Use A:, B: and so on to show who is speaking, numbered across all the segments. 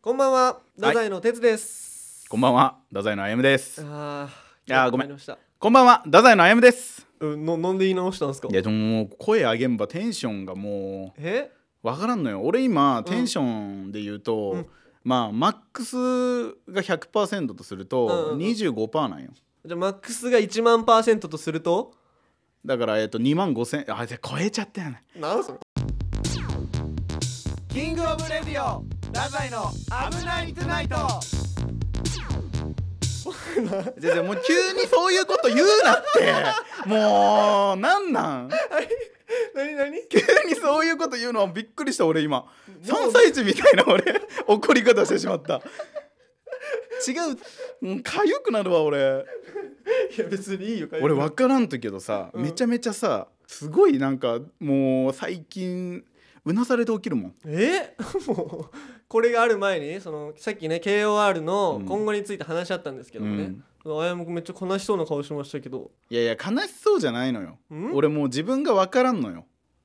A: こんばんは、太宰の哲です。
B: こんばんは、太宰のあやむです。
A: あー
B: いやーごめ
A: わか
B: ん
A: りました
B: こんばんは、太宰のあやむです。
A: うん、の飲んで言い直したんですか
B: い。や、でももう声上げんばテンションがも
A: え、
B: うわからんのよ。俺今
A: ん
B: テンションで言うと、
A: うん
B: まあマックスが100%とする
A: うんうんう
B: と
A: ん
B: 25%なんよ。
A: じゃあマックスが1万パーセントとすると。
B: だからえっと2万5000あじゃあ超えちゃったよね。
A: なんそれ。キングオブレディオ、太宰の危ないトゥナイト。
B: じゃあじゃあもう急にそういうこと言うなって。もうなんなん。
A: なになに。
B: 急にそういうこと言うのはびっくりした俺今3歳児みたいな俺怒り方してしまった違ううんかゆくなるわ俺
A: いや、別にいいよ。
B: 俺分からんとけどさ、
A: うん
B: めちゃめちゃさすごいなんかもう最近うなされて起きるもん
A: え もうこれがある前にそのさっきね KOR の
B: うん
A: 今後について話し合ったんですけどもね、あやむくんめっちゃこなしそうな顔しましたけど
B: いやいや悲しそうじゃないのよ
A: ん
B: 俺もう自分が分からんのよ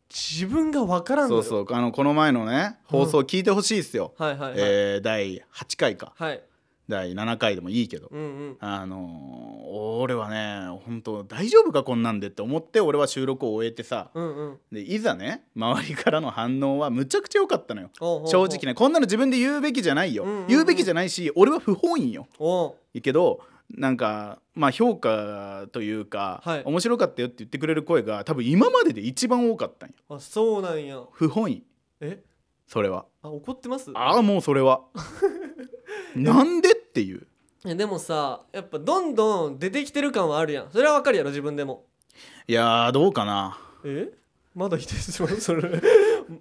A: 自分がわからんの
B: そ
A: よ
B: うそうあのこの前のね放送聞いてほしいっすよ、
A: はいはいはい、
B: えー第8回か
A: はい
B: 第7回でもいいけど
A: うんうん
B: あのー俺はね本当大丈夫かこんなんでって思って俺は収録を終えてさ
A: うんうん
B: でいざね周りからの反応はむちゃくちゃ良かったのよ
A: おうおうおう
B: 正直ねこんなの自分で言うべきじゃないよ、
A: うんうんうん
B: 言うべきじゃないし俺は不本意よ
A: おう
B: けどなんかまあ評価というか、
A: はい
B: 面白かったよって言ってくれる声が多分今までで一番多かったんよ
A: あそうなんや
B: 不本意
A: え
B: それは
A: あ怒ってます
B: ああもうそれは なんでっていう
A: いやでもさやっぱどんどん出てきてる感はあるやんそれはわかるやろ自分でも
B: いやーどうかな
A: えまだ否定してますそれ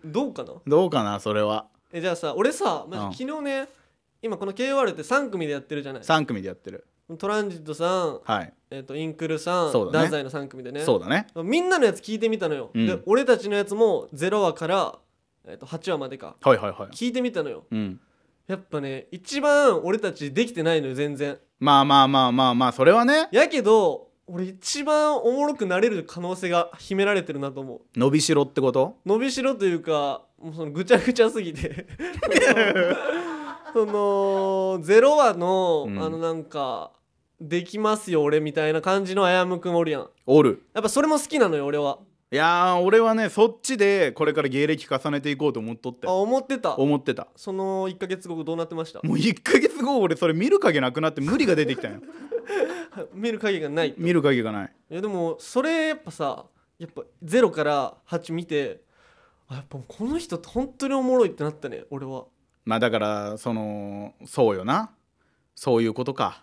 A: どうかな
B: どうかなそれは
A: えじゃあさ俺さ、ま
B: う
A: あ、
B: ん
A: 昨日ね今この KOR って3組でやってるじゃない
B: 3組でやってる
A: トランジットさん、
B: はい
A: えっとインクルさん、
B: そうだね
A: 太宰の3組でね
B: そうだね
A: みんなのやつ聞いてみたのよ、
B: うん
A: で俺たちのやつも0話から、えっと8話までか
B: はいはいはい
A: 聞いてみたのよ
B: うん
A: やっぱね一番俺たちできてないのよ全然
B: まあまあまあまあまあそれはね
A: やけど俺一番おもろくなれる可能性が秘められてるなと思う
B: 伸びしろってこと
A: 伸びしろというかもうそのぐちゃぐちゃすぎ てそのゼロ話の、
B: うん
A: あのなんかできますよ俺みたいな感じのあやむくんおるやん
B: おる
A: やっぱそれも好きなのよ俺はい
B: やー俺はねそっちでこれから芸歴重ねていこうと思っとって
A: あ思ってた
B: 思ってた
A: その1ヶ月後どうなってました
B: もう1ヶ月後俺それ見る影なくなって無理が出てき たよ
A: 見る影がないい
B: 見る影がない
A: やでもそれやっぱさやっぱゼロから8見てあやっぱもうこの人って本当におもろいってなったね俺は
B: まあだからそのそうよなそういうことか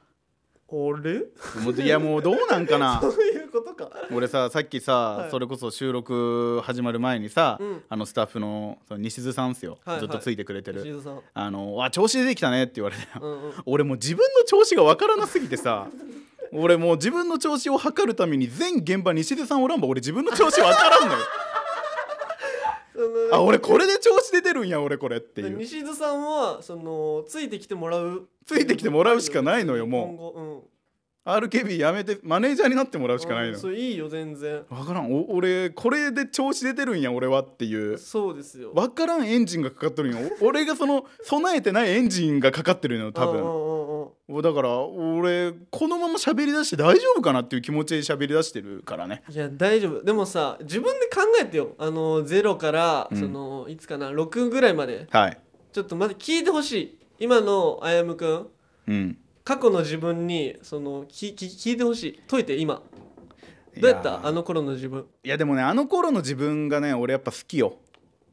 A: あれ
B: もういやもうどうなんか な
A: そういうことか
B: 俺ささっきさ、
A: はい
B: それこそ収録始まる前にさ、
A: うん
B: あのスタッフのその西津さんっすよ、
A: はいはい
B: ずっとついてくれて
A: 石
B: る
A: 井さ ん
B: あのわ調子出てきたねって言われたよ
A: うんうん
B: 俺もう自分の調子がわからなすぎてさ俺もう自分の調子を測るために全現場西出さんおらんば俺自分の調子わからんのよ
A: その
B: あ俺これで調子出てるんや俺これっていう
A: 西津さんはそのついてきてもらう
B: ついてきてもらうしかないのよもう
A: 今後うん
B: RKB やめてマネージャーになってもらうしかない
A: うん
B: の
A: そういいよ全然
B: わからんお俺これで調子出てるんや俺はっていう
A: そうですよ
B: わからんエンジンがかかっとるんやお俺がその備えてないエンジンがかかってるのよ多
A: うんうん
B: 分
A: うんうん
B: おだから俺このまま喋り出して大丈夫かなっていう気持ちで喋り出してるからね
A: いや大丈夫でもさ自分で考えてよあの0から、
B: うん
A: そのいつかな6ぐらいまで
B: はい
A: ちょっとまだ聞いてほしい今のあやむくん
B: うん
A: 過去の自分にその聞聞聞いてほしい解いて今どうやっ
B: い
A: た
B: ー
A: あの頃の自分
B: いやでもねあの頃の自分がね俺やっぱ好きよ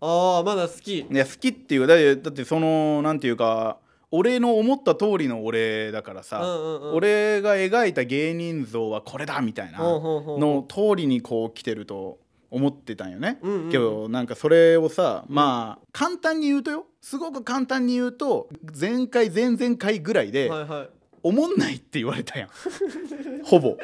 A: ああまだ好き
B: いや好きっていうだってだってそのなんていうか俺の思った通りの俺だから
A: うん
B: さ、
A: うんうん
B: 俺が描いた芸人像はこれだみたいな
A: ほうほうほう
B: の通りにこう来てると思ってたんよね、
A: うんうんうん
B: けどなんかそれをさまあ簡単に言うとよすごく簡単に言うと前回前々回ぐらいで
A: はいは
B: 「おもんない」って言われたやんほぼ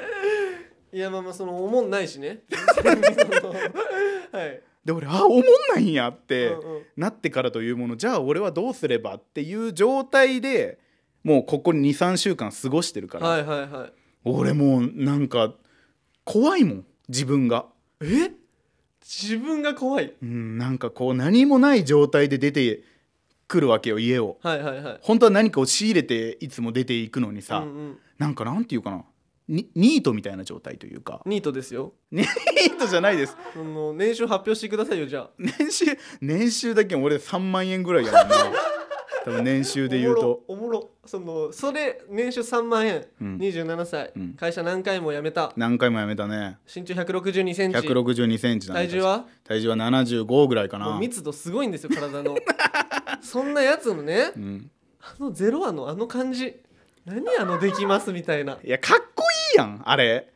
A: いいやまあまあそのおもんないしね そのはい
B: で俺「あおもんないんや」って、
A: うんうん
B: なってからというものじゃあ俺はどうすればっていう状態でもうここ23週間過ごしてるから、
A: はいはいはい
B: 俺もうなんか怖いもん自分が、
A: え自分が怖い
B: うん、なんかこう何もない状態で出て来るわけよ家を
A: はいはいはい
B: 本当は何かを仕入れていつも出ていくのにさ、
A: うんうん、
B: なんかなんていうかなにニートみたいな状態というか
A: ニートですよ
B: ニートじゃないです
A: あの年収発表してくださいよじゃあ
B: 年収年収だけ俺3万円ぐらいやもん な多分年収で言うと
A: おもろおもろそのそれ年収3万円、
B: うん
A: 27歳、
B: うん
A: 会社何回も辞めた
B: 何回もやめたね
A: 身長1 6 2センチ
B: 1 6 2ンチだね
A: 体重は
B: 体重は75ぐらいか
A: もう
B: な、
A: 密度すごいん ですよ体のそんなやつのね
B: うん、
A: あのゼロ話のあの感じ何あのできますみたいな
B: いやかっこいいやんあれ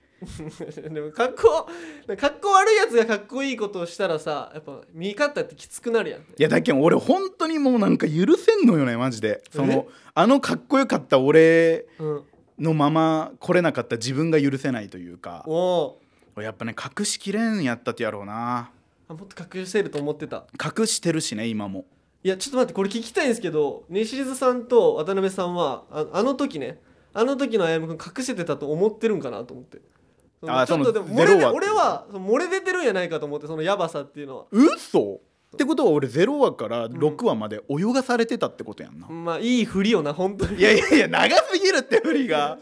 A: でも格好格好悪いやつがかっこいいことをしたらさやっぱ見方ってきつくなるやん
B: いやだけど俺本当にもうなんか許せんのよねマジでそのあのかっこよかった俺
A: うん
B: のまま来れなかった自分が許せないというか
A: おお
B: 俺やっぱね隠しきれんやったってやろうな
A: ーあもっと隠せると思ってた
B: 隠してるしね今も
A: いやちょっと待ってこれ聞きたいんですけど西津さんと渡辺さんはああの時ねあの時の歩夢君隠してたと思ってるんかなと思ってその
B: あ
A: ちょっと
B: その
A: でも
B: ゼ
A: 漏
B: ロ
A: れで
B: 話
A: 俺はその漏れ出てるんやないかと思ってそのヤバさっていうのは
B: 嘘ってことは俺0話から6話まで泳がされてたってことやんな、
A: まあいいふりよな本当に
B: いやいやいや長すぎるって振 りが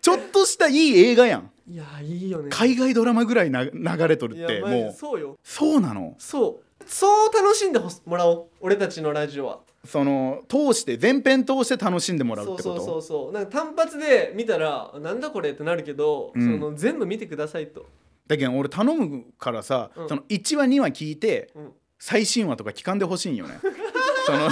B: ちょっとしたいい映画やん
A: いやいいよね
B: 海外ドラマぐらいな流れとる
A: い
B: っ
A: や
B: て
A: マジで
B: もう
A: そうよ
B: そうなの
A: そうそう楽しんでほしもらおう俺たちのラジオは
B: その通して全編通して楽しんでもらうって
A: そ
B: こ
A: う
B: と
A: そうそうそうなんか単発で見たらなんだこれってなるけど、
B: う
A: そ
B: ん
A: の全部見てくださいと、
B: だけど俺頼むからさ、
A: うん
B: その1話2話聞いて
A: うん、
B: 最新話とか聞かんでほしいんよ ねその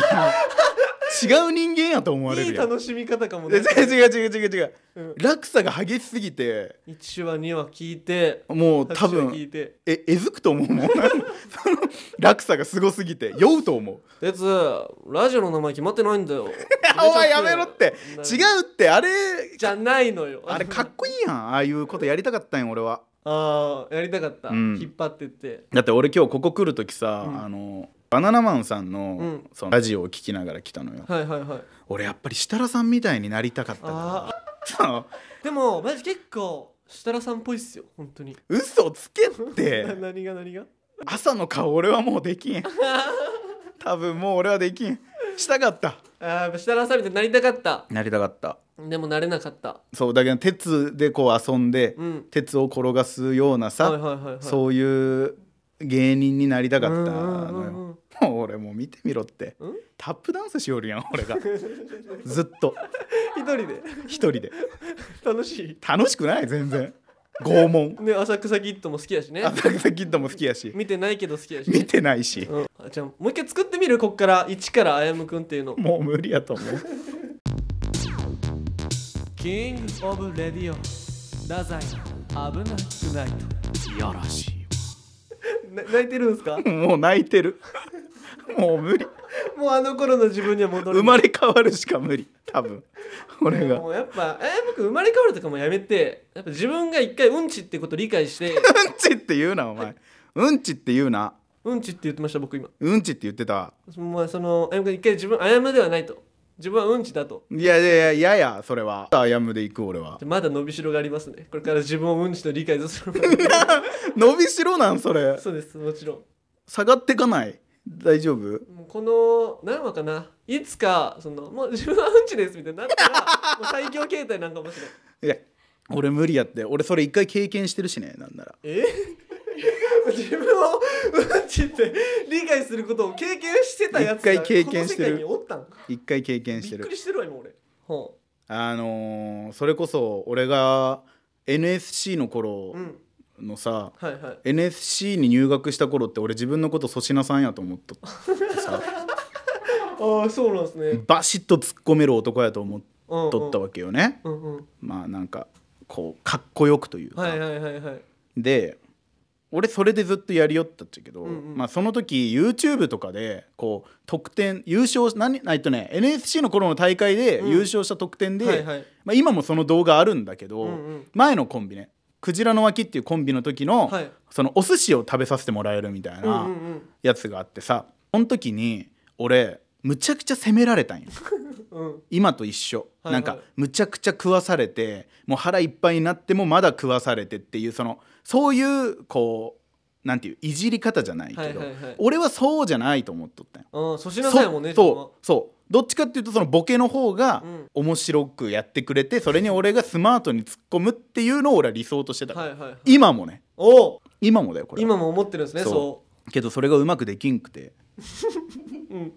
B: 違う人間やと思われ
A: いい
B: るやん
A: 楽しみ方かも
B: いや
A: ね
B: 違う違う違う違う違う、
A: うん
B: 落差が激しすぎて
A: 1話2話聞いて
B: もう多
A: 拍手を聞
B: 分
A: いて
B: ええずくと思うもん その落差がすごすぎて酔うと思う
A: 「鉄ラジオの名前決まってないんだよ」
B: お前やめろって
A: な
B: 違うってあれ
A: じゃないのよ
B: あれかっ
A: こ
B: こいいやんああいうことやりたかったんよ俺は
A: ああやりたかった、
B: うん
A: 引っ張ってって
B: だって俺今日ここ来る時さ、
A: うん
B: あのバナナマンさんの,、
A: うん
B: そのラジオを聞きながら来たの よ
A: はいはいはい
B: 俺やっぱり設楽さんみたいになりたかった
A: あ
B: から
A: ーでもマジ結構設楽さんっぽいっすよ本当に
B: 嘘つけっ
A: な
B: て
A: 何が何が
B: 朝の顔俺はもうで きん多分もう俺はできんしたかった
A: あーやっぱ設楽さんみたいになりたかった
B: なりたかった
A: でもなれなかった
B: そうだけど鉄でこう遊んで、
A: うん
B: 鉄を転がすようなさ、
A: はいはいはいはい
B: そういう芸人になりたかったの
A: うんうんう
B: よ
A: んうん
B: もう俺もう見てみろって
A: うん
B: タップダンスしよるやん 俺がずっと
A: 一人で
B: 一人で
A: 楽し
B: 楽しくない全然拷問
A: いね浅草キッドも好きやしね
B: 浅草キッドも好きやし
A: 見てないけど好きやしね
B: 見てないし
A: うん、あじゃあもう一回作ってみるこっから一からあやむくんっていうの
B: もう無理やと思う
A: キングオブレディオ太宰危なくない
B: いやらし
A: な泣いてるんすか
B: いもう泣いてるもう無理
A: もうあの頃の自分には戻る
B: 生まれ変わるしか無理多分俺が
A: もうやっぱあやむくん生まれ変わるとかもやめてやっぱ自分が一回うんちってこと理解して
B: うんちって言うなお前うんちって言うな
A: うんちって言ってました僕今
B: うんちって言ってた
A: まあそのあやむくん一回自分あやむではないと自分はうんちだと
B: いやいやいやいややそれはアヤムで行く俺は
A: でまだ伸びしろがありますねこれから自分をうんちと理解す るまで
B: 伸びしろなんそれ
A: そうですもちろん
B: 下がってかない大丈夫
A: もうこの何話かないつかそのもう自分はうんちですみたいにな ったらもう最強形態なんかもしれない
B: いや俺無理やって俺それ一回経験してるしねなんなら
A: え 自分をうんちって理解することを経験してたやつが
B: 一回経験してる
A: この世界におったん
B: 一回経験
A: び
B: して
A: っ
B: る
A: くりしてるわ今俺ほ
B: あのーそれこそ俺が NSC の頃
A: ううん
B: のさ、
A: はいはい
B: NSC に入学した頃って俺自分のこと粗品さんやと思っとってさ
A: ああそうなんですね
B: バシッと突っ込める男やと思っ
A: うんうん
B: とったわけよね、
A: うんうん
B: まあなんかこうかっこよくというか、
A: はいはいはいはい
B: で俺それでずっとやりよったっちゃけど、
A: うんうん
B: まあ、その時 YouTube とかでこう得点優勝何えっとね NSC の頃の大会で
A: うん
B: 優勝した得点で、
A: はいはい
B: まあ、今もその動画あるんだけど、
A: うんうん
B: 前のコンビねクジラの脇っていうコンビの時の、
A: はい
B: そのお寿司を食べさせてもらえるみたい
A: うんう
B: なん
A: うん
B: やつがあってさ、その時に俺むちゃくちゃ責められたんよ
A: うん
B: 今と一緒、
A: はい
B: なんかむちゃくちゃ食わされてもう腹いっぱいになってもまだ食わされてっていうそのそういうこうなんていういじり方じゃないけど、
A: はいはいはい
B: 俺はそうじゃないと思っとったんよ
A: うん粗品さんやもんね
B: そ
A: 自分は
B: そうそうどっちかっていうとそのボケの方が
A: うん
B: 面白くやってくれてそれに俺がスマートに突っ込むっていうのを俺は理想としてたから、
A: はいはいはい
B: 今もね
A: おう
B: 今もだよこれは
A: 今も思ってるんですね
B: そう
A: そ
B: けどそれがうまくできんくて
A: ううん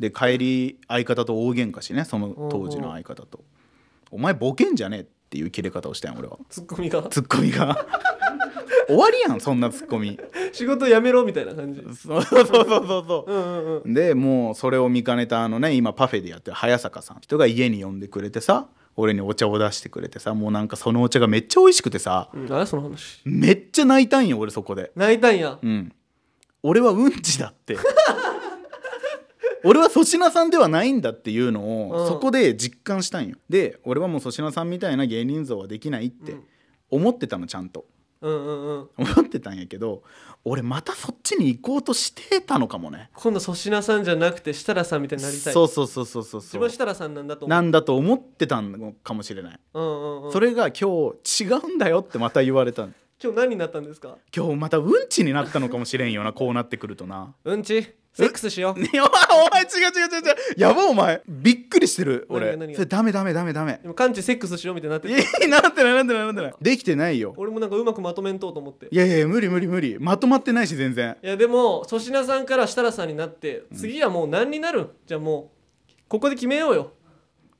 B: で帰り相方と大喧嘩しねその当時の相方と「お前ボケんじゃねえ」っていう切れ方をしたんよ俺は
A: ツッコミが
B: ツッコ ミが終わりやんそんなツッコミ
A: 仕事辞めろみたいな感じうん
B: そうそうそうそうそう
A: うんうん
B: でもうそれを見かねたあのね今パフェでやってる早坂さん人が家に呼んでくれてさ俺にお茶を出してくれてさもうなんかそのお茶がめっちゃ美味しくてさ
A: うん何やその話
B: めっちゃ泣いたんよ俺そこで
A: 泣いたんや
B: うん俺はうんちだって 俺は粗品さんではないんだっていうの
A: う
B: を
A: ん
B: そこで実感したんよで俺はもう粗品さんみたいな芸人像はできないって思ってたのちゃんと
A: うんうんうん
B: 思ってたんやけど俺またそっちに行こうとしてたのかもね
A: 今度粗品さんじゃなくて設楽さんみたいになりたい
B: そうそうそうそうそう
A: 自
B: そ
A: 分は
B: う
A: 設楽さんなんだと思
B: な
A: うん
B: だと思ってたのかもしれない、
A: うんうんうん
B: それが今日違うんだよってまた言われた
A: 今日何になったんですか
B: 今日またうんちになったのかもしれんよなこうなってくるとな
A: うんちセックスしよう
B: ね お前お前違う違う違う違うやばお前びっくりしてる俺
A: 何が何が
B: それダメダメダメダメ
A: でも完治セックスしようみたいになって
B: い
A: る
B: やなんてないなんてないなんてない できてないよ
A: 俺もなんかうまくまとめんとうと思ってい
B: いやいや無理無理無理まとまってないし全然
A: やでも粗品さんから設楽さんになって次はもう何になるじゃあもうここで決めようよ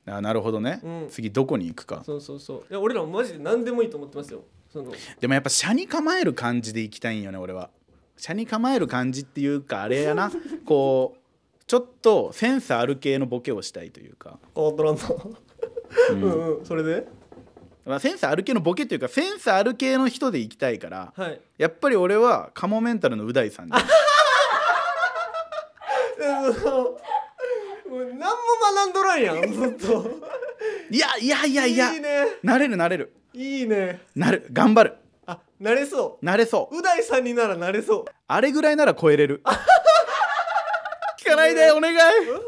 B: あなるほどね、
A: うん
B: 次どこに行くか
A: そうそうそういや俺らもマジで何でもいいと思ってますよそ の
B: でもやっぱ車に構える感じで行きたいんよね俺は車に構える感じっていうかあれや なこうちょっとセンスある系のボケをしたいというか、
A: 変わっとらんぞうんうんそれで
B: まあ、センスある系のボケというかセンスある系の人で行きたいから
A: はい
B: やっぱり俺はカモメンタルのう大さん に
A: でもそのもう何も学んどらんや んずっと
B: いやいやいやいや
A: いいね
B: なれるなれる
A: いいね
B: なる頑張る
A: あなれそ
B: なれそう
A: うう大さんにならなれそう
B: あれぐらいなら超え れる聞かないでお願い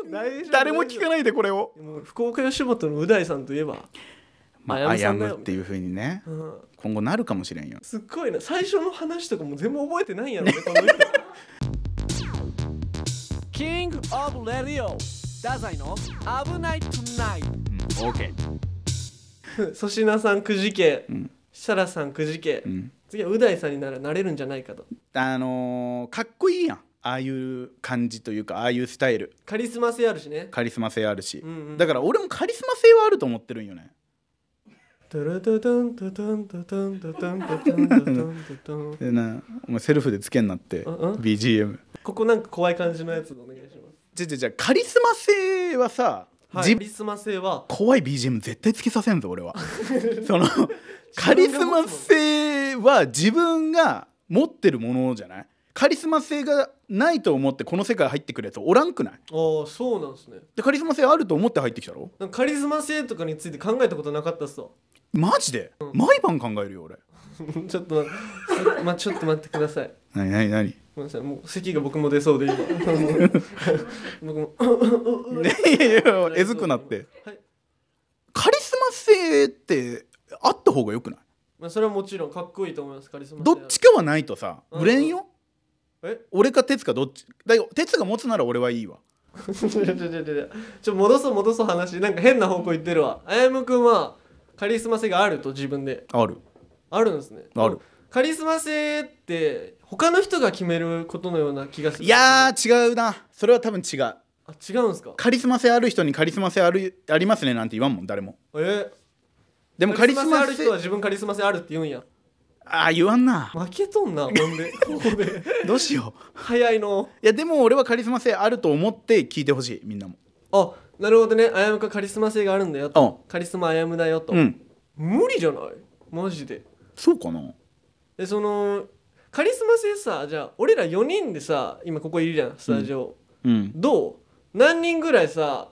A: うん大丈夫
B: 誰も聞かないでこれを
A: もう福岡吉本のう大さんといえば
B: ま
A: あ
B: あ
A: やむさ
B: や
A: んだよ
B: むっていう風にね
A: うん
B: 今後なるかもしれんよ
A: すっごいな最初の話とかも全部覚えてないんやろねこの人キングオブレディオダザイの危ないトゥナイ
B: オーケー
A: ト 粗品さんくじけ
B: ん
A: 設楽さんくじけ
B: うん
A: 次はう大さんにならなれるんじゃないかと
B: あのーかっこいいやんああいう感じというかああいうスタイル
A: カリスマ性あるしね
B: カリスマ性あるし、
A: うんうん
B: だから 俺もカリスマ性はあると思ってるんよね
A: トゥルトゥトゥントゥトゥントゥトゥントゥトゥントゥトゥントゥトゥントゥトゥン
B: でなお前セルフでつけんなって
A: うんうん
B: BGM
A: ここなんか怖い感じのやつお願いします
B: じゃじゃじゃカリスマ性はさ、
A: はい
B: じ
A: カリスマ性は
B: 怖い BGM 絶対つけさせんぞ 俺はそのカリスマ性は自分が持ってるものじゃないカリスマ性がないと思ってこの世界入ってくるやつおらんくない
A: ああそうなんですね
B: でカリスマ性あると思って入ってきたろ
A: なんかカリスマ性とかについて考えたことなかったっすわ
B: マジで、毎晩考えるよ俺
A: ちょっとす まちょっと待ってください
B: 何何何
A: ごめんなさいもう咳が僕も出そうで今 僕 も
B: ねええずくなって
A: はい、
B: カリスマ性ってあった方がよくない
A: まあ、それはもちろんかっこいいと思いますカリスマ性
B: どっちかはないとさ
A: うん
B: 売れんよ
A: え
B: 俺か哲かどっちだよ哲が持つなら俺はいいわ
A: ちょちょちょちょちょちょ戻そう戻そう話なんか変な方向行ってるわあやむくんはカリスマ性があると自分で
B: ある
A: あるんですね
B: ある
A: カリスマ性って他の人が決めることのような気がする
B: いやー違うなそれは多分違う
A: あ違うんですか
B: カリスマ性ある人にカリスマ性あるありますねなんて言わんもん誰も
A: えー、
B: でもカリスマ
A: ある
B: 性
A: 人は自分カリスマ性あるって言うんや
B: ああ言わんな
A: 負けとんなほんでここで
B: どうしよう
A: 早いの
B: いやでも俺はカリスマ性あると思って聞いてほしいみんなも
A: あなるほどねあやむかカリスマ性があるんだよと
B: う
A: カリスマあやむだよと、
B: うん
A: 無理じゃないマジで
B: そうかな
A: でそのカリスマ性さじゃあ俺ら4人でさ今ここいるじゃんスタジオ、
B: うん
A: どう何人ぐらいさ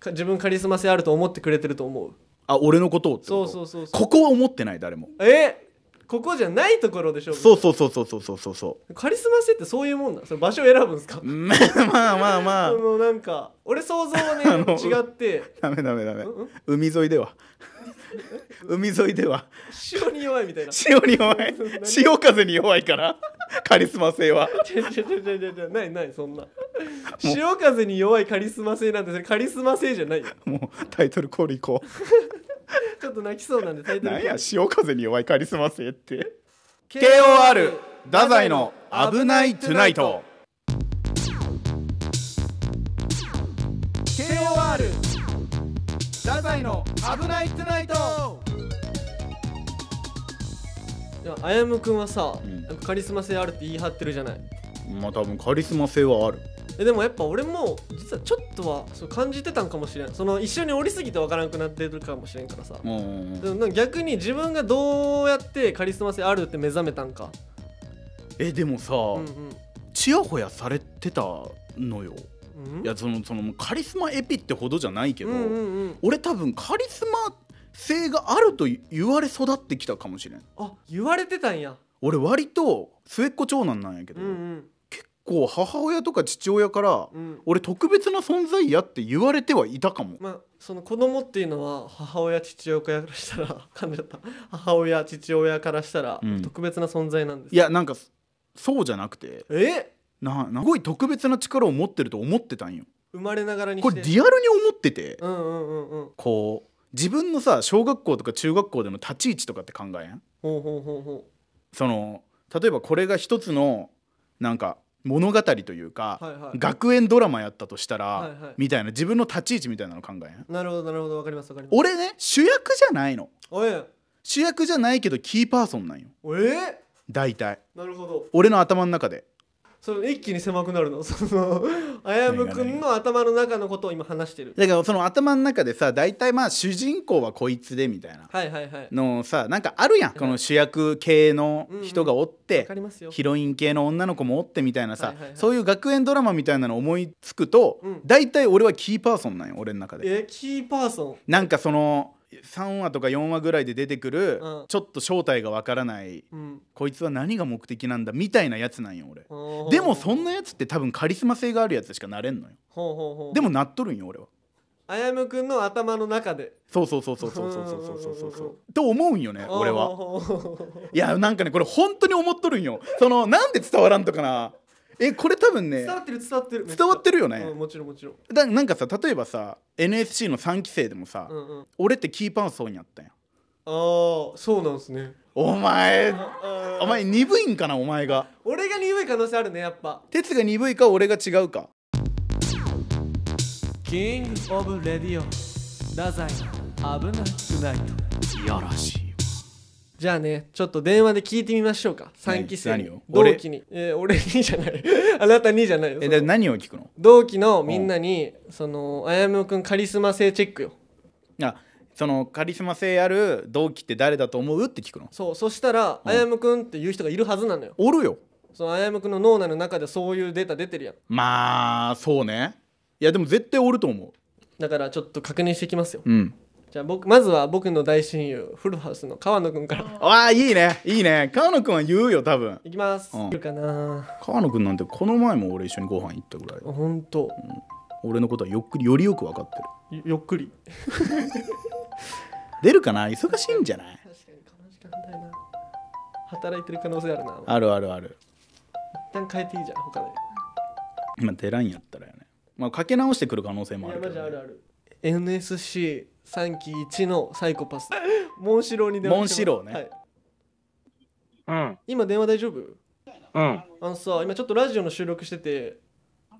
A: か自分カリスマ性あると思ってくれてると思う
B: あ俺のことをって
A: そ
B: こと
A: うそうそうそう
B: ここは思ってない誰も
A: えここじゃないところでしょ
B: そうそうそうそうそうそうそうそ
A: カリスマ性ってそういうもんなんそれ場所選ぶんですか
B: うまあまあまあまあ
A: そのなんか俺想像 はね
B: あの
A: 違って
B: ダメダメダメ
A: うんうん
B: 海沿いでは海沿いでは
A: 塩に弱いみたいな
B: 潮に弱い潮風に弱いからカリスマ性は
A: ちょちょちょちょちょちょないないそんな潮風に弱いカリスマ性なんてそれカリスマ性じゃないよ
B: もうタイトルコールいこ
A: ちょっと泣きそうなんでタイ
B: う
A: トル
B: なんや潮風に弱いカリスマ性って
A: KOR
B: 太宰の「危ないトゥナイト」
A: KOR
B: 太宰の「危ないトゥナイト
A: いやあやむくんはさ、
B: うん
A: なんかカリスマ性あるって言い張ってるじゃない」
B: まあ多分カリスマ性はある
A: えでもやっぱ俺も実はちょっとはそう感じてたんかもしれんその一緒におりすぎてわからなくなってるかもしれんからさ、
B: うんうんうん
A: でもなんか逆に自分がどうやってカリスマ性あるって目覚めたんか
B: えでもさ、
A: うんうん
B: ちやほやされてたのよ
A: うん
B: いやそのそのもうカリスマエピってほどじゃないけど、
A: うんうんうん
B: 俺多分カリスマ性があると言われ育ってきたかもしれん
A: あ言われてたんや
B: 俺割と末っ子長男なんやけ
A: う
B: ど、
A: んうん
B: 結構母親とか父親から
A: うん
B: 俺特別な存在やって言われてはいたかも
A: まあその子供っていうのは母親父親からしたら噛んじゃった母親父親からしたら
B: うん
A: 特別な存在なんです、
B: いやなんかそうじゃなくて
A: え
B: ななすごい特別な力を持ってると思ってたんよ
A: 生まれながらに
B: こ
A: し
B: れ
A: て
B: リアルに思ってて、
A: うんうんうんうん
B: こう自分のさ小学校とか中学校での立ち位置とかって考えん
A: ほうほうほうほ
B: その例えばこれが一つのなんか物語というか、
A: はいはい
B: 学園ドラマやったとしたら、
A: はいはい
B: みたいな自分の立ち位置みたいなの考えん
A: うなるほどなるほどわかりますわかります
B: 俺ね主役じゃないの
A: おえ
B: 主役じゃないけどキーパーソンなんよ
A: おえ
B: 大体
A: なるほど
B: 俺の頭の中で
A: その一気に狭くなるの そのあやむくんの頭の中のことを今話してる
B: だからその頭の中でさ大体まあ主人公はこいつでみたいな
A: はいはいはい
B: のさなんかあるやんこの主役系の人がお
A: わ
B: って
A: かりますよ
B: ヒロイン系の女の子もおってみたいなさ、
A: はいはいはい
B: そういう学園ドラマみたいなの思いつくと、
A: うん
B: 大体俺はキーパーソンなんよ俺の中で。
A: えキーパーソン
B: なんかその3話とか4話ぐらいで出てくる、
A: うん
B: ちょっと正体がわからない
A: うん
B: こいつは何が目的なんだみたいなやつなんよ俺
A: ほうほうほう
B: でもそんなやつって多分カリスマ性があるやつしかなれんのよ
A: ほうほうほう
B: でもなっとるんよ俺は
A: あやむくんの頭の中で
B: そうそうそうそうそうそうそうそうそ
A: う
B: う
A: んうんうん
B: と思うんよね俺は
A: ほうほうほうほう
B: いやなんかねこれ本当に思っとるんよそのなんで伝わらんとかなえこれ多分ね
A: 伝わってる伝わってる
B: 伝わってるよ
A: めっちゃうん
B: ね
A: もちろんもちろん
B: だなんかさ例えばさ NSC の3期生でもさ、
A: うんうん
B: 俺ってキーパーソンやったんや
A: ああそうなんですね
B: お前
A: あ
B: お前鈍いんかなお前が
A: 俺が鈍い可能性あるねやっぱ
B: 鉄が鈍いか俺が違うか
A: キングオブレディオ太宰危なくないと
B: いやらしい
A: じゃあねちょっと電話で聞いてみましょうか3期生
B: 何
A: に
B: を
A: 同期に俺,、えー俺にじゃない あなたにじゃないよ
B: え
A: そ
B: で
A: の
B: 何を聞くの
A: 同期のみんなにそのあやむくんカリスマ性チェックよ
B: あそのカリスマ性ある同期って誰だと思うって聞くの
A: そうそしたらあやむくんっていう人がいるはずなのよ
B: おるよ
A: そのあやむくんの脳内の中でそういうデータ出てるやん
B: まあそうねいやでも絶対おると思
A: だからちょっと確認していきますよ
B: ううん
A: じゃあ僕まずは僕の大親友フルハウスの川野くんから
B: ああいいねいいね川野くんは言うよ多分
A: いきます、
B: うん
A: いるかな
B: 川野くんなんてこの前も俺一緒にご飯行ったぐらい
A: ほんと
B: 俺のことはよっくりよりよく分かってる
A: ゆゆっくり
B: 出るかな忙しいんじゃない
A: 確かにこの時間だよな働いてる可能性あるな一
B: あるあるある
A: 旦変えていいじゃん他で
B: 今出らんやったらよねまあかけ直してくる可能性もあるけど、ね、
A: ある NSC3 期1のサイコ パスモンシローに電話してます
B: モンシローね
A: はい、
C: うん、
A: 今電話大丈夫
C: うん。はい
A: あのさ今ちょっとラジオの収録してて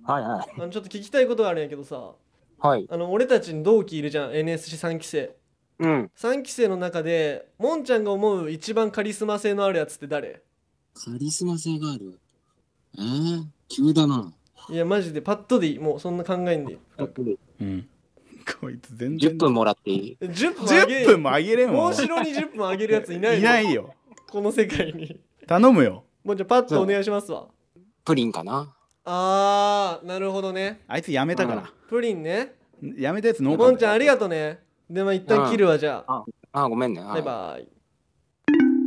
C: はい。
A: あのちょっと聞きたいことがあるんやけどさ
C: はい。
A: あの俺たちに同期いるじゃん NSC3 期生
C: うん。
A: 3期生の中でもんちゃんが思う一番カリスマ性のあるやつって誰
C: カリスマ性がある。ええ急だな。
A: いやマジでパッとでいいもうそんな考えんでいい
B: うん こいつ全然
C: 10分もらっていい
A: え10分あげ
B: 10分もあげれんわ
A: もうしろに10分あげるやついない
B: い
A: の
B: ないよ
A: この世界に
B: 頼むよ
A: もうじゃあパッとお願いしますわ
C: プリンかな
A: あーなるほどね
B: あいつやめたから、
A: プリンね
B: やめたやつ農家
A: もんちゃんありが
B: と
A: とねでも一旦切るわじゃあ
C: あ、ごめんね。は
A: バ
C: い
A: イバイい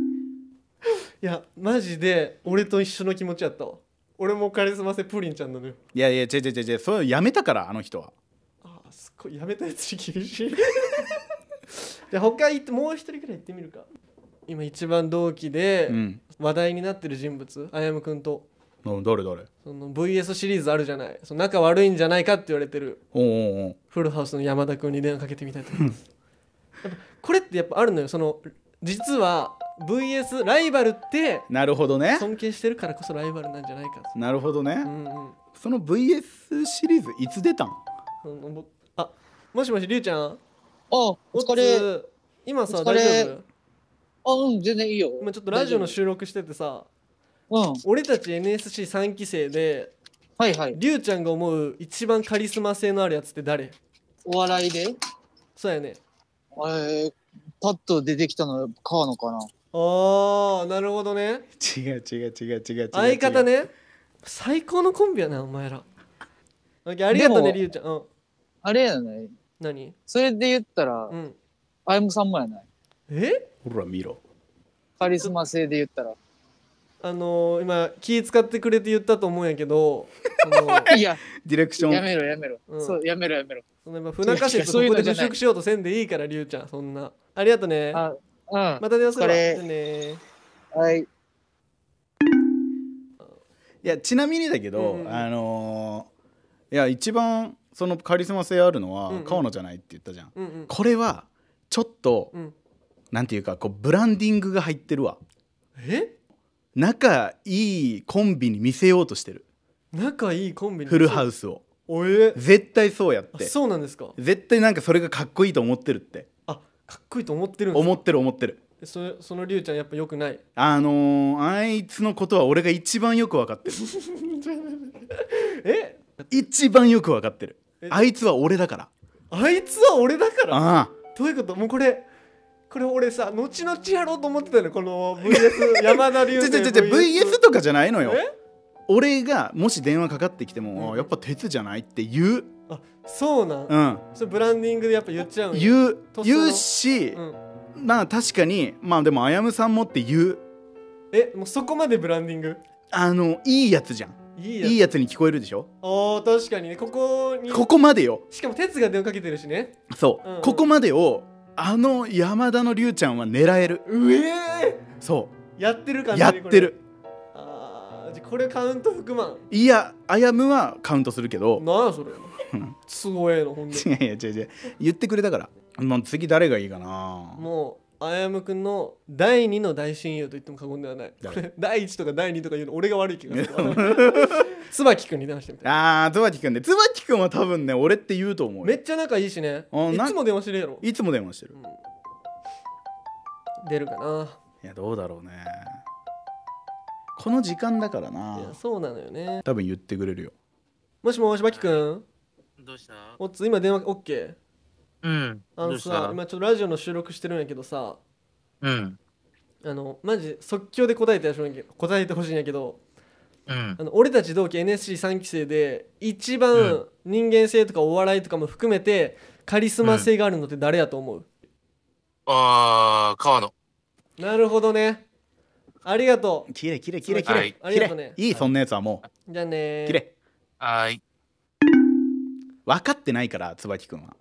A: やマジで俺と一緒の気持ちやったわ俺もカリスマ性プリンちゃんなのよ
B: ういやいや違う違う違うそれやめたからあの人は
A: あーすっごいやめたやつに厳し いじゃあ他行ってもう一人くらい行ってみるか今一番同期で、
B: うん
A: 話題になってる人物あやむくんと
B: うん誰誰
A: その VS シリーズあるじゃないその仲悪いんじゃないかって言われてる
B: おうおうおう
A: フルハウスの山田君に電話かけてみたいと思いますやっぱこれってやっぱあるのよその実は VS ライバルって
B: なるほどね
A: 尊敬してるからこそライバルなんじゃないか
B: なるほどね、
A: うんうん
B: その VS シリーズいつ出たん
A: そのぼあもしもしりゅうちゃん
C: お疲れ。
A: お
C: あ、
A: つ今さ
C: お疲れ
A: 大丈夫
C: うん、全然いいよ。
A: 今ちょっとラジオの収録しててさ
C: 大丈夫。うん。
A: 俺たち NSC3 期生で
C: はいはい。
A: りゅうちゃんが思う一番カリスマ性のあるやつって誰
C: お笑いで、
A: そうやね
C: えー、パッと出てきたのは川野かな。
A: ああなるほどね
B: 違う違う違う違う違う
A: 相方ね最高のコンビやなお前 らオッケーありがとうね
C: でも
A: りゅうちゃん、うん、
C: あれやない。
A: 何
C: それで言ったら
A: う、ん
C: あやむさんもやない。
A: え
B: ほら見ろ
C: カリスマ性で言ったら。
A: あのー、今気使ってくれて言ったと思うんやけどそ の
C: いや、
B: ディレクショ
C: や
B: ン
C: めろやめろ。
A: うん
C: そう、やめろやめろ。
A: そのやっぱ不仲説こ
C: いやいやそういう
A: こ
C: の
A: で
C: じゃない
A: 払拭しようとせんでいいからりゅうちゃんそんなありがとうね
C: あ、うん。
A: また電話するわ
C: お疲れ
A: じゃあねー
C: はい。
B: いやちなみにだけど、
A: うんうん
B: あのーいや一番そのカリスマ性あるのは
A: うんうん
B: 川野じゃないって言ったじゃん、
A: うんうん
B: これはちょっと、
A: うん
B: なんていうかこうブランディングが入ってるわ
A: え
B: 仲いいコンビに見せようとしてる
A: 仲いいコンビ
B: フルハ
A: ウス
B: ウスを
A: おえ
B: 絶対そうやっ
A: あ
B: て
A: そうなんですか
B: 絶対なんかそれがかっこいいと思ってるって
A: あかっこいいと思ってるんです
B: 思ってる思ってる
A: それそのりゅうちゃんやっぱ良く ない
B: あのーあいつのことは俺が一番よく分かってる
A: え
B: 一番よく分かってる
A: え
B: あいつは俺だから
A: あいつは俺だから
B: ああ
A: どういうこともうこれこれ俺さ後々やろうと思ってたのこの VS 山田
B: ち
A: 流
B: ょ
A: 星
B: ちょちょちょ VS とかじゃないのよ
A: え
B: 俺がもし電話かかってきて
A: う
B: も、
A: ん
B: あやっぱ鉄じゃないって言う
A: あそうなん、
B: うん
A: それブランディングでやっぱ言っちゃうんや
B: 言う
A: とその
B: 言うし、
A: うん、
B: まあ確かにまあでもあやむさんもって言う
A: えもうそこまでブランディング
B: あのいいやつじゃん
A: いい
B: い
A: やつ
B: いやつに聞こえるでしょ
A: あー確かにねここに
B: ここまでよ
A: しかも鉄が電話かけてるしね
B: そう、
A: うんうん
B: ここまでをあの山田の龍ちゃんは狙える
A: うえ
B: そ
A: ー、やってる感
B: う
A: じ
B: やってる
A: あーじゃあこれカウント含まん
B: いやあやむはカウントするけど
A: なんやそ れ
B: うん
A: すごいのほんで
B: 違う違う違う違う言ってくれたからもう次誰がいいかな
A: もうあやむくんの第2の大親友と言っても過言ではないこ
B: 誰
A: れ第1とか第2とか言うの俺が悪い気がする 椿くんに電話してみたい
B: あー椿くんね椿くんは多分ね俺って言うと思う
A: め
B: よ
A: っちゃ仲いいしね
B: あ
A: い
B: な
A: つも電話してるやろ
B: いつも電話してる
A: 出るかない
B: やどうだろうねこの時間だから
A: いや
B: な
A: そうなのよね
B: 多分言ってくれるよ
A: もしもし椿くん
D: どうした
A: おっつ今電話 OK
D: うん。
A: あ
D: ど
A: の
D: うし
A: さ
D: た
A: 今ちょっとラジオの収録してるんやけどさ
D: うん。
A: あのマジ即興で答えてほしいんやけど答えてほしいんやけど
D: うん
A: あ。の俺たち同期 NSC3 期生で一
D: う
A: 番
D: ん
A: 人間性とかお笑いとかも含めてカリスマ性があるのって誰やと思う、
D: ああ、川野。
A: なるほどねありがと
B: キレキレキレキ
D: は
B: レ
D: い
A: ありがとうね
B: いいそんなやつはも
A: うじゃあね
B: う
A: ー
B: キレ
D: はーい。
B: 分かってないから椿くんは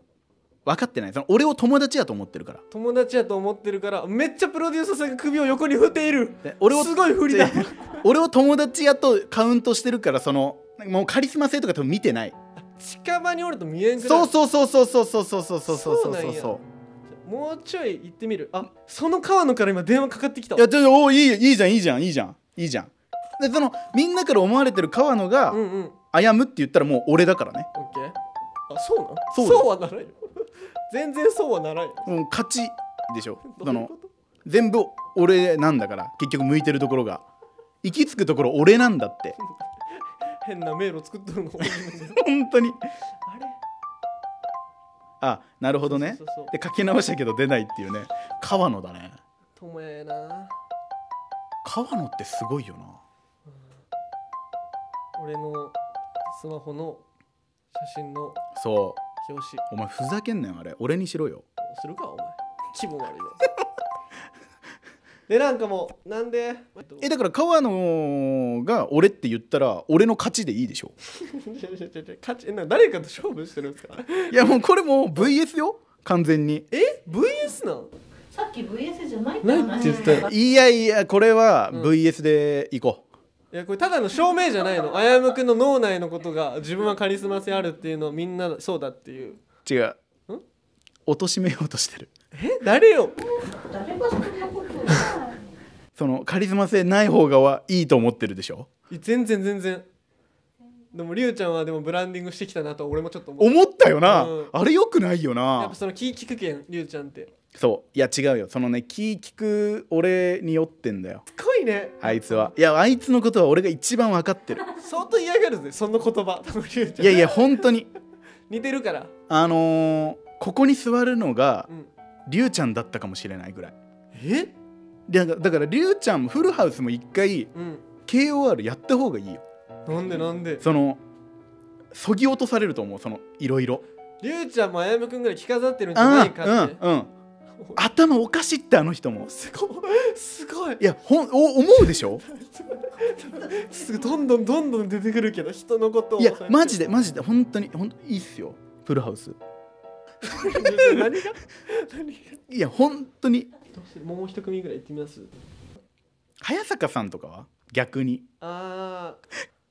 B: 分かってないその俺を友達やと思ってるから
A: 友達やと思ってるからめっちゃプロデューサーさんが首を横に振っている
B: で俺を
A: すごい振りだ
B: 俺を友達やとカウントしてるからそのもうカリスマ性とか多分見てない
A: 近場におると見えんくな
B: そ
A: る
B: うそうそうそうそうそうそうそうそうそ
A: そう
B: う
A: なん
B: そう
A: や
B: そ
A: もうちょい行ってみるあその川野から今電話かかってきた
B: ういやちょおいいいいじゃんいいじゃんいいじゃんいいじゃんでそのみんなから思われてる川野が
A: うんうんオッ
B: 「あやむ」って言ったらもう俺だからね
A: ケーあそうなん
B: そうだ
A: はならんよ 全然そうはならんよ
B: もう勝ちでしょ
A: ど
B: そう
A: いう
B: の
A: こと
B: 全部俺なんだから結局向いてるところが行き着くところ俺なんだ って
A: 変な迷路作っとるの
B: 本当に
A: あれ
B: あなるほど
A: そ
B: ね
A: うそうそう
B: で書き直したけど出ないっていうね川野だね
A: 友やな
B: 川野ってすごいよな
A: 俺のスマホの写真の
B: そう
A: 表紙
B: お前ふざけんなよあれ俺にしろよ
A: するかお前気分悪いよ でなんかもうなんで
B: えだから川野が俺って言ったら俺の勝ちでいいでしょ
A: ちょちょちょちょ勝ちえな誰かと 勝負してるんですか
B: いやもうこれもう VS よ完全に
A: え VS なん
E: さっっき VS じゃないって
A: ないって言
E: 話
A: っ
E: してて
A: た
E: た
B: いやいやこれは
A: うん
B: VS で行こう、
A: いやこれただの証明じゃないのあやむくんの脳内のことが自分はカリスマ性あるっていうのをみんなそうだっていう
B: 違うん貶としめようとしてる
A: え誰よ
E: 誰がそんなことをさ
B: そのカリスマ性ない方がはいいと思ってるでしょ
A: い全然全然でもりゅうちゃんはでもブランディングしてきたなと俺もちょっと思う
B: 思ったよな、
A: うん
B: あれよくないよ
A: やっ
B: な
A: ぱその気利くけんりゅうちゃんって
B: そういや違うよそのね気利く俺に酔ってんだよ
A: すごいね
B: あいつはいやあいつのことは俺が一番分か ってる
A: 相当嫌がるぜその言葉多分りゅうちゃん
B: いやいや本当に
A: 似てるから
B: あのーここに座るのが
A: うん
B: りゅうちゃんだったかもしれないぐらい
A: え
B: だからだからりゅうちゃんもフルハウスも一回
A: うん
B: KOR やった方がいいよ
A: なんでなんで
B: そのそぎ落とされると思うそのいろいろ
A: りゅうちゃんもあやむくんぐらい着飾ってるんじゃな
B: あ
A: いかって、
B: あうんうん頭おかしいってあの人も
A: すごいすごい
B: いやほんお思うでしょ
A: すどんどんどんどん出てくるけど人のことを
B: いやマジでマジで本当に本当いいっすよフルハウス
A: 何が何が
B: いや本当に
A: どうするもう一組ぐらい行ってみます
B: 早坂さんとかは逆に
A: あ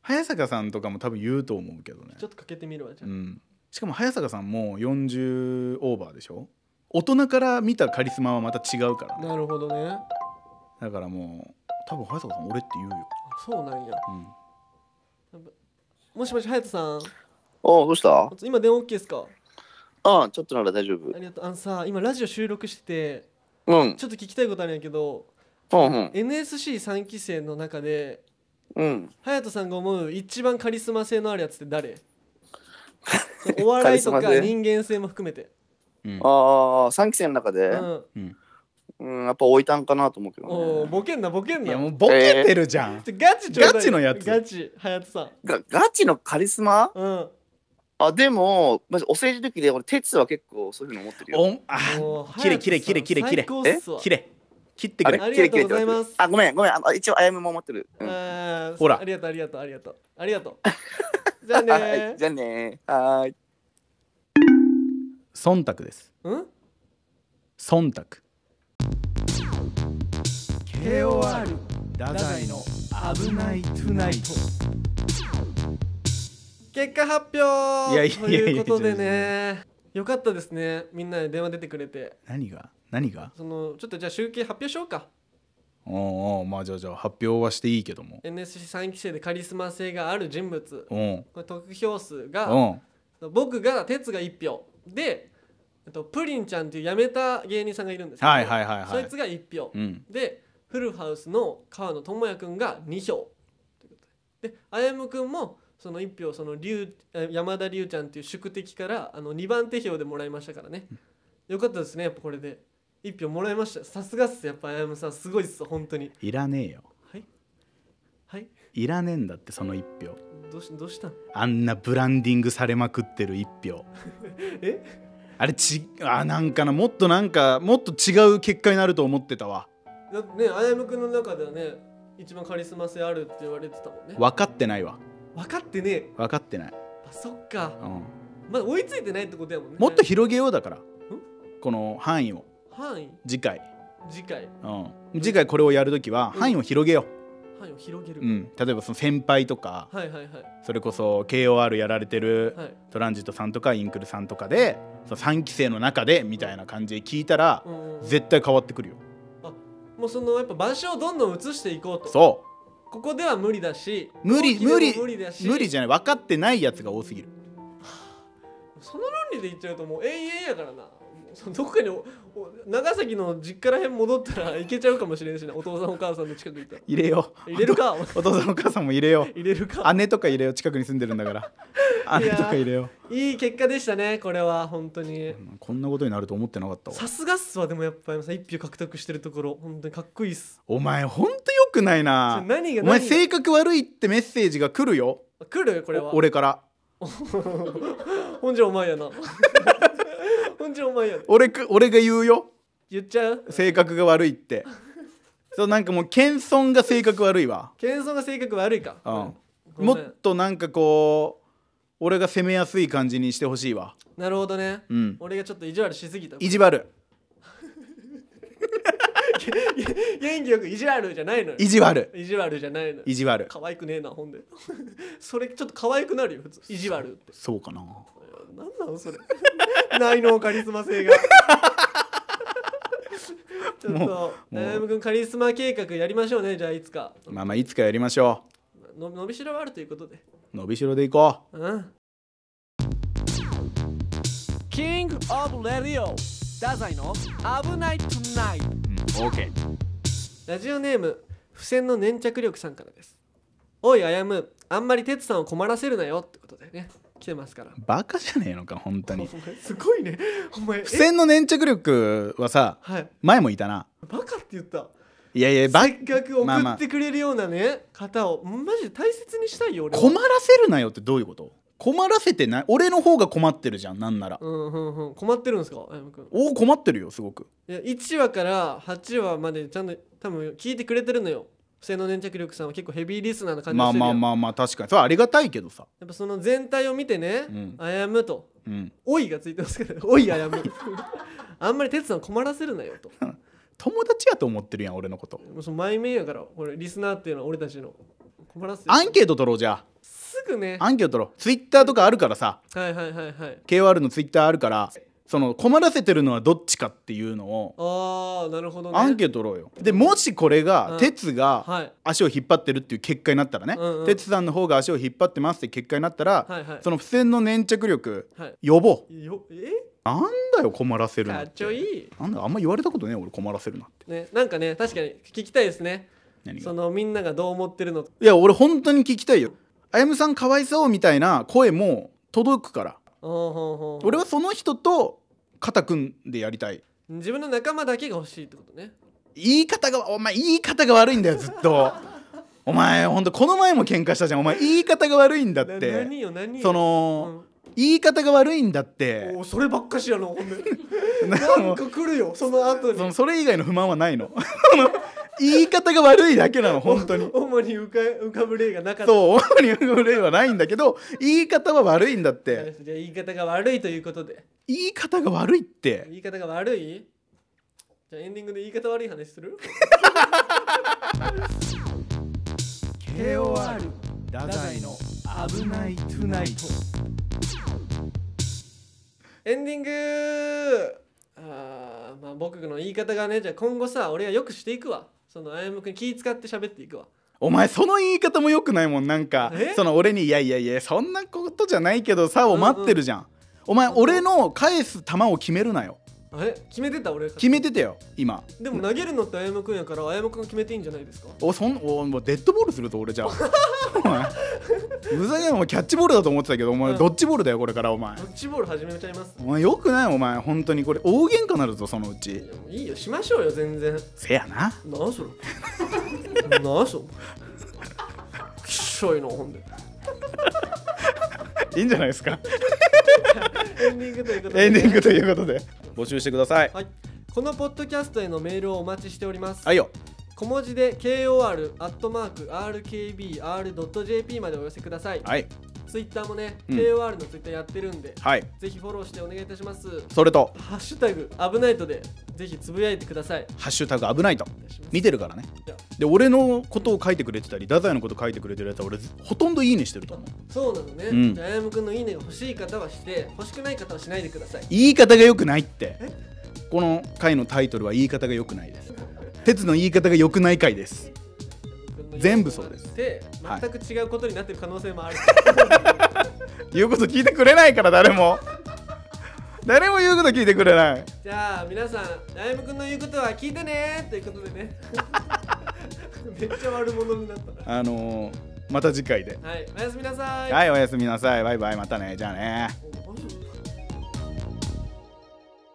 B: 早坂さんとかも多分言うと思うけどね
A: ーちょっとかけてみるわじゃ
B: う
A: あ、
B: ん、しかも早坂さんもう40オーバーでしょ大人から見たカリスマはまた違うからね
A: なるほどねあ
B: だからもう多分早坂さん俺って言うよ、
A: そうなんや
B: うん
A: もしもし隼人さ
F: おうどうした
A: ん今電話 OK ですか
F: ああ、ちょっとなら大丈夫
A: あ。りがとうあのさ今ラジオ収録してて
F: うん。
A: ちょっと聞きたいことあるんやけど
F: うんうん。
A: NSC3 期生の中で
F: うん。
A: 隼人さんが思う一番カリスマ性のあるやつって 誰お笑いとか
F: カリスマ性
A: 人間性も含めて、
B: うん
F: ああ、三期生の中
A: う
F: で、
A: ん、
F: うん、やっぱ置いたんかなと思うけ
A: お
F: ど
A: ー
F: ね。
A: ボケんなボケん
B: い
A: な
B: やもうボケてるじゃん、
A: ちょガチちょうだい
B: ガチのやつ
A: ガチ隼人さん
F: がガチのカリスマ
A: うん
F: あ、でも、まじお世辞の時で俺、哲は結構そういうの思ってるよ。
B: おあ
A: もう
B: キレキレキレキレキレ
A: 隼人さん最高っすわ
B: 切れ切って
F: あ
B: く
F: れ
B: れ
A: あり
F: キレ
A: が
F: キ
A: とう
F: レ
A: ございま
F: って言われて
A: す
F: るあ、ごめん、ごめん。あ一応、あやめも持ってる。うん
A: あー
B: ほら
A: ありがとうありがとうありがとうありがとう じゃあね
F: は
A: ー
F: いじゃあねー。はーい。
B: 忖度です
A: うん
B: 忖度
A: KOR
B: 太
A: 宰の危ない
B: トゥナイト
A: 結果発表
B: いやいやいや
A: ということでねよかったですねみんなで電話出てくれて
B: 何が何が
A: そのちょっとじゃあ集計発表しようか
B: おうおうまあじゃあじゃあ発表はしていいけども
A: NSC3 期生でカリスマ性がある人物
B: うん
A: これ得票数が
B: うん
A: 僕が哲が1票で、えっと、プリンちゃんっていう辞めた芸人さんがいるんですけど、
B: はいはいはいは
A: そい
B: い
A: つが1票、
B: うん
A: でフルハウスの川野智也くんが2票ということでであやむくんもその1票その龍え山田龍ちゃんっていう宿敵からあの2番手票でもらいましたからねよかったですねやっぱこれで1票もらいましたさすがっすやっぱあやむさんすごいっす本当に
B: いらねえよ
A: はいはい
B: いらねえんだってその一票
A: どうしどうしたん
B: あんなブランディングされまくってる一票
A: え
B: あれちあなんかなもっとなんかもっと違う結果になると思ってたわ
A: だってねあやむくんの中ではね一番カリスマ性あるって言われてたもんね
B: 分かってないわ
A: 分かってねえ
B: 分かってない、
A: あそっか
B: うん、
A: まだ追いついてないってことやもんね
B: もっと広げようだからこの範囲を
A: 範囲
B: 次回、
A: 次回
B: うん、次回これをやるときは
A: うん
B: 範囲を広げよ
A: 範囲を広げる、
B: う、うん、例えばその先輩とか
A: はいはいはい
B: それこそ KOR やられてる
A: はい。
B: トランジットさんとかインクルさんとかでその3期生の中でみたいな感じで聞いたら
A: うん、
B: 絶対変わってくるよ
A: もうそのやっぱ場所をどんどん移していこうと。
B: そう
A: ここでは無理だし。
B: 無理
A: 大きいのも
B: 無理
A: 無理だし。
B: 無理じゃない分かってないやつが多すぎる
A: その論理で言っちゃうともう永遠やからな。もうそのどっかにおお長崎の実家らへん戻ったら行けちゃうかもしれんしな。お父さんお母さんの近く行ったら。
B: 入れよう
A: 入れるか。
B: お父さんお母さんも入れよ
A: 入れる
B: う
A: か。
B: 姉とか入れよう近くに住んでるんだから
A: いや
B: 姉とか入れよ
A: いい結果でしたね、これは本当に
B: う。こんなことになると思ってなかったわ
A: さすがっすわ、でもやっぱ山さん一票獲得してるところ、本当にかっこいいっす。
B: お前ほんとよくない
A: それ
B: な
A: 何が
B: お前
A: 何が
B: 性格悪いってメッセージが来るよ
A: 来るこれは。
B: 俺から
A: ほんじゃお前やな。 ほんじゃお前やな。
B: 俺く俺が言うよ
A: 言っちゃう
B: 性格が悪いってそうなんかもう謙遜が性格悪いわ
A: 謙遜が性格悪いか、
B: う
A: ご
B: ん
A: め
B: も
A: ん
B: っとなんかこう俺が攻めやすい感じにしてほしいわ
A: なるほどね
B: うん
A: 俺がちょっと意地悪しすぎた
B: 意地悪
A: 元気よく意地悪じゃないのよ
B: 意地悪
A: 意地悪じゃないのよ
B: 意地悪
A: 可愛くねえなほんでそれちょっと可愛くなるよ普通意地悪って
B: そうかな
A: なんなのそれ内能カリスマ性がちょっ
B: もう
A: と悩む君カリスマ計画やりましょうねじゃあいつか
B: まあまあいつかやりましょ
A: の伸びしろはあるということで
B: う伸びしろでいこ
A: うんキングオブレディオダザイの危ないトゥナイト
B: う、うん、OK
A: ラジオネーム付箋の粘着力さんからですおいあやむあんまり哲さんを困らせるなよってことでね来てますから
B: バカじゃねえのか本当に
A: お前すごいねお前え
B: 付箋の粘着力はさ
A: はい
B: 前もいたな
A: バカって言った
B: いやいやバ
A: せっかく
B: まあま
A: 送
B: あ
A: ってくれるようなね方をマジで大切にしたいよ俺は
B: 困らせるなよってどういうこと困らせてない俺の方が困ってるじゃんなんなら
A: うんうんうん困ってるんですかあやむくん
B: おお困ってるよすごく
A: いや1話から8話までちゃんと多分聞いてくれてるのよ不正の粘着力さんは結構ヘビーリスナーな感じが
B: ますあ
A: るやん
B: まあまあまあ確かにそれはありがたいけどさ
A: やっぱその全体を見てね
B: うん
A: 「あやむ」と
B: うん
A: 「おい」がついてますけど「 おいあやむ」あんまり哲さんを困らせるなよと
B: 友達やと思ってるやん俺のこと
A: もうその前面やからこれリスナーっていうのは俺たちの困らせる
B: アンケート取ろうじゃ
A: すぐね
B: あアンケート取ろうツイッターとかあるからさ
A: はいはいはいはい
B: KOR のツイッターあるからその困らせてるのはどっちかっていうのを
A: ああなるほどね
B: アンケ
A: ー
B: ート取ろうよでもしこれ
A: うん
B: が鉄が
A: はい
B: 足を引っ張ってるっていう結果になったらね
A: うんうん
B: 鉄さんの方が足を引っ張ってますって結果になった
A: はい
B: ら
A: はい
B: その付箋の粘着力
A: はい
B: 呼ぼう
A: よえ
B: なんだよ困らせる
A: か
B: な
A: っちょいい
B: なんだあんま言われたことねえ俺困らせるなって
A: ねなんかね確かに聞きたいですね
B: 何
A: そ
B: が
A: のみんながどう思ってるのか
B: いや俺本当に聞きたいよあやむさんかわいそうみたいな声も届くから
A: ほうほうほう
B: 俺はその人と肩組んでやりたい
A: 自分の仲間だけが欲しいってことね
B: 言い方がお前言い方が悪いんだよずっと お前ほんとこの前も喧嘩したじゃんお前言い方が悪いんだっ
A: な
B: て
A: 何よ何よ
B: そ
A: うん
B: の、言い方が悪いんだって
A: おーそればっかしやなほんで
B: な
A: なんか来るよその後
B: その
A: に
B: それ以外の不満はないの その言い方が悪いだけなの本当に
A: 主に浮か浮かぶ例がなかった
B: そう 主に言う例はないんだけど言い方は悪いんだって
A: じゃあ言い方が悪いということで
B: 言い方が悪いって
A: 言い方が悪いじゃあエンディングで言い方悪い話する
B: KOR ダザイの危ないトゥナイト
A: エンディングあーまあ僕の言い方がねじゃあ今後さ俺がよくしていくわそのあやむくん気使って喋っていくわ
B: お前その言い方も良くないもんなんか
A: え
B: その俺に「いやいやいやそんなことじゃないけどさ」を待ってるじゃん、お前俺の返す球を決めるなよ
A: あれ決めてた俺が
B: 決めてたよ今
A: でも投げるのってあやむくんやからあやむくんが決めていいんじゃないですか
B: おそんおもうデッドボールするぞ俺 じゃあお前ふざけんなお前キャッチボールだと思ってたけどお前
A: うん
B: ドッジボールだよこれからお前
A: ドッジボール始めちゃいます
B: お前よくないお前本当にこれ大喧嘩なるぞそのうち
A: いやもういいよしましょうよ全然
B: せやな
A: なあ それなあそれきっしょいなほんで
B: いいんじゃないですか
A: エンディングということで
B: エンディングということで募集してください
A: はいこのポッドキャストへのメールをお待ちしております、
B: はいよ
A: 小文字で kor.rkbr.jp までお寄せください、
B: はい
A: ツイッターもね、
B: うん
A: KOR のツイッターやってるんで
B: はい
A: ぜひフォローしてお願いいたします
B: それと
A: ハッシュタグ危ないとでぜひつぶやいてください
B: 「ハッシュタグ危ないと
A: お願いしま」す
B: 見てるからね
A: いや
B: で俺のことを書いてくれてたり太宰のこと書いてくれてるやつは俺ほとんど「いいね」してると思う
A: そうなのね、
B: うん
A: じゃああやむくんのいいねが欲しい方はして欲しくない方はしないでください
B: 言い方が良くないってこの回のタイトルは言い方が良くないです鉄の言い方が良くない回です全部そうです
A: で
B: はい
A: 全く違うことになってる可能性も ある、
B: 言うこと聞いてくれないから誰も誰も言うこと聞いてくれない
A: じゃあ皆さんあやむくんの言うことは聞いてねーということで ねめっちゃ悪者になった
B: あのー、また次回で
A: はいおやすみなさい
B: はいおやすみなさいバイバイまたねじゃあね
A: おマジ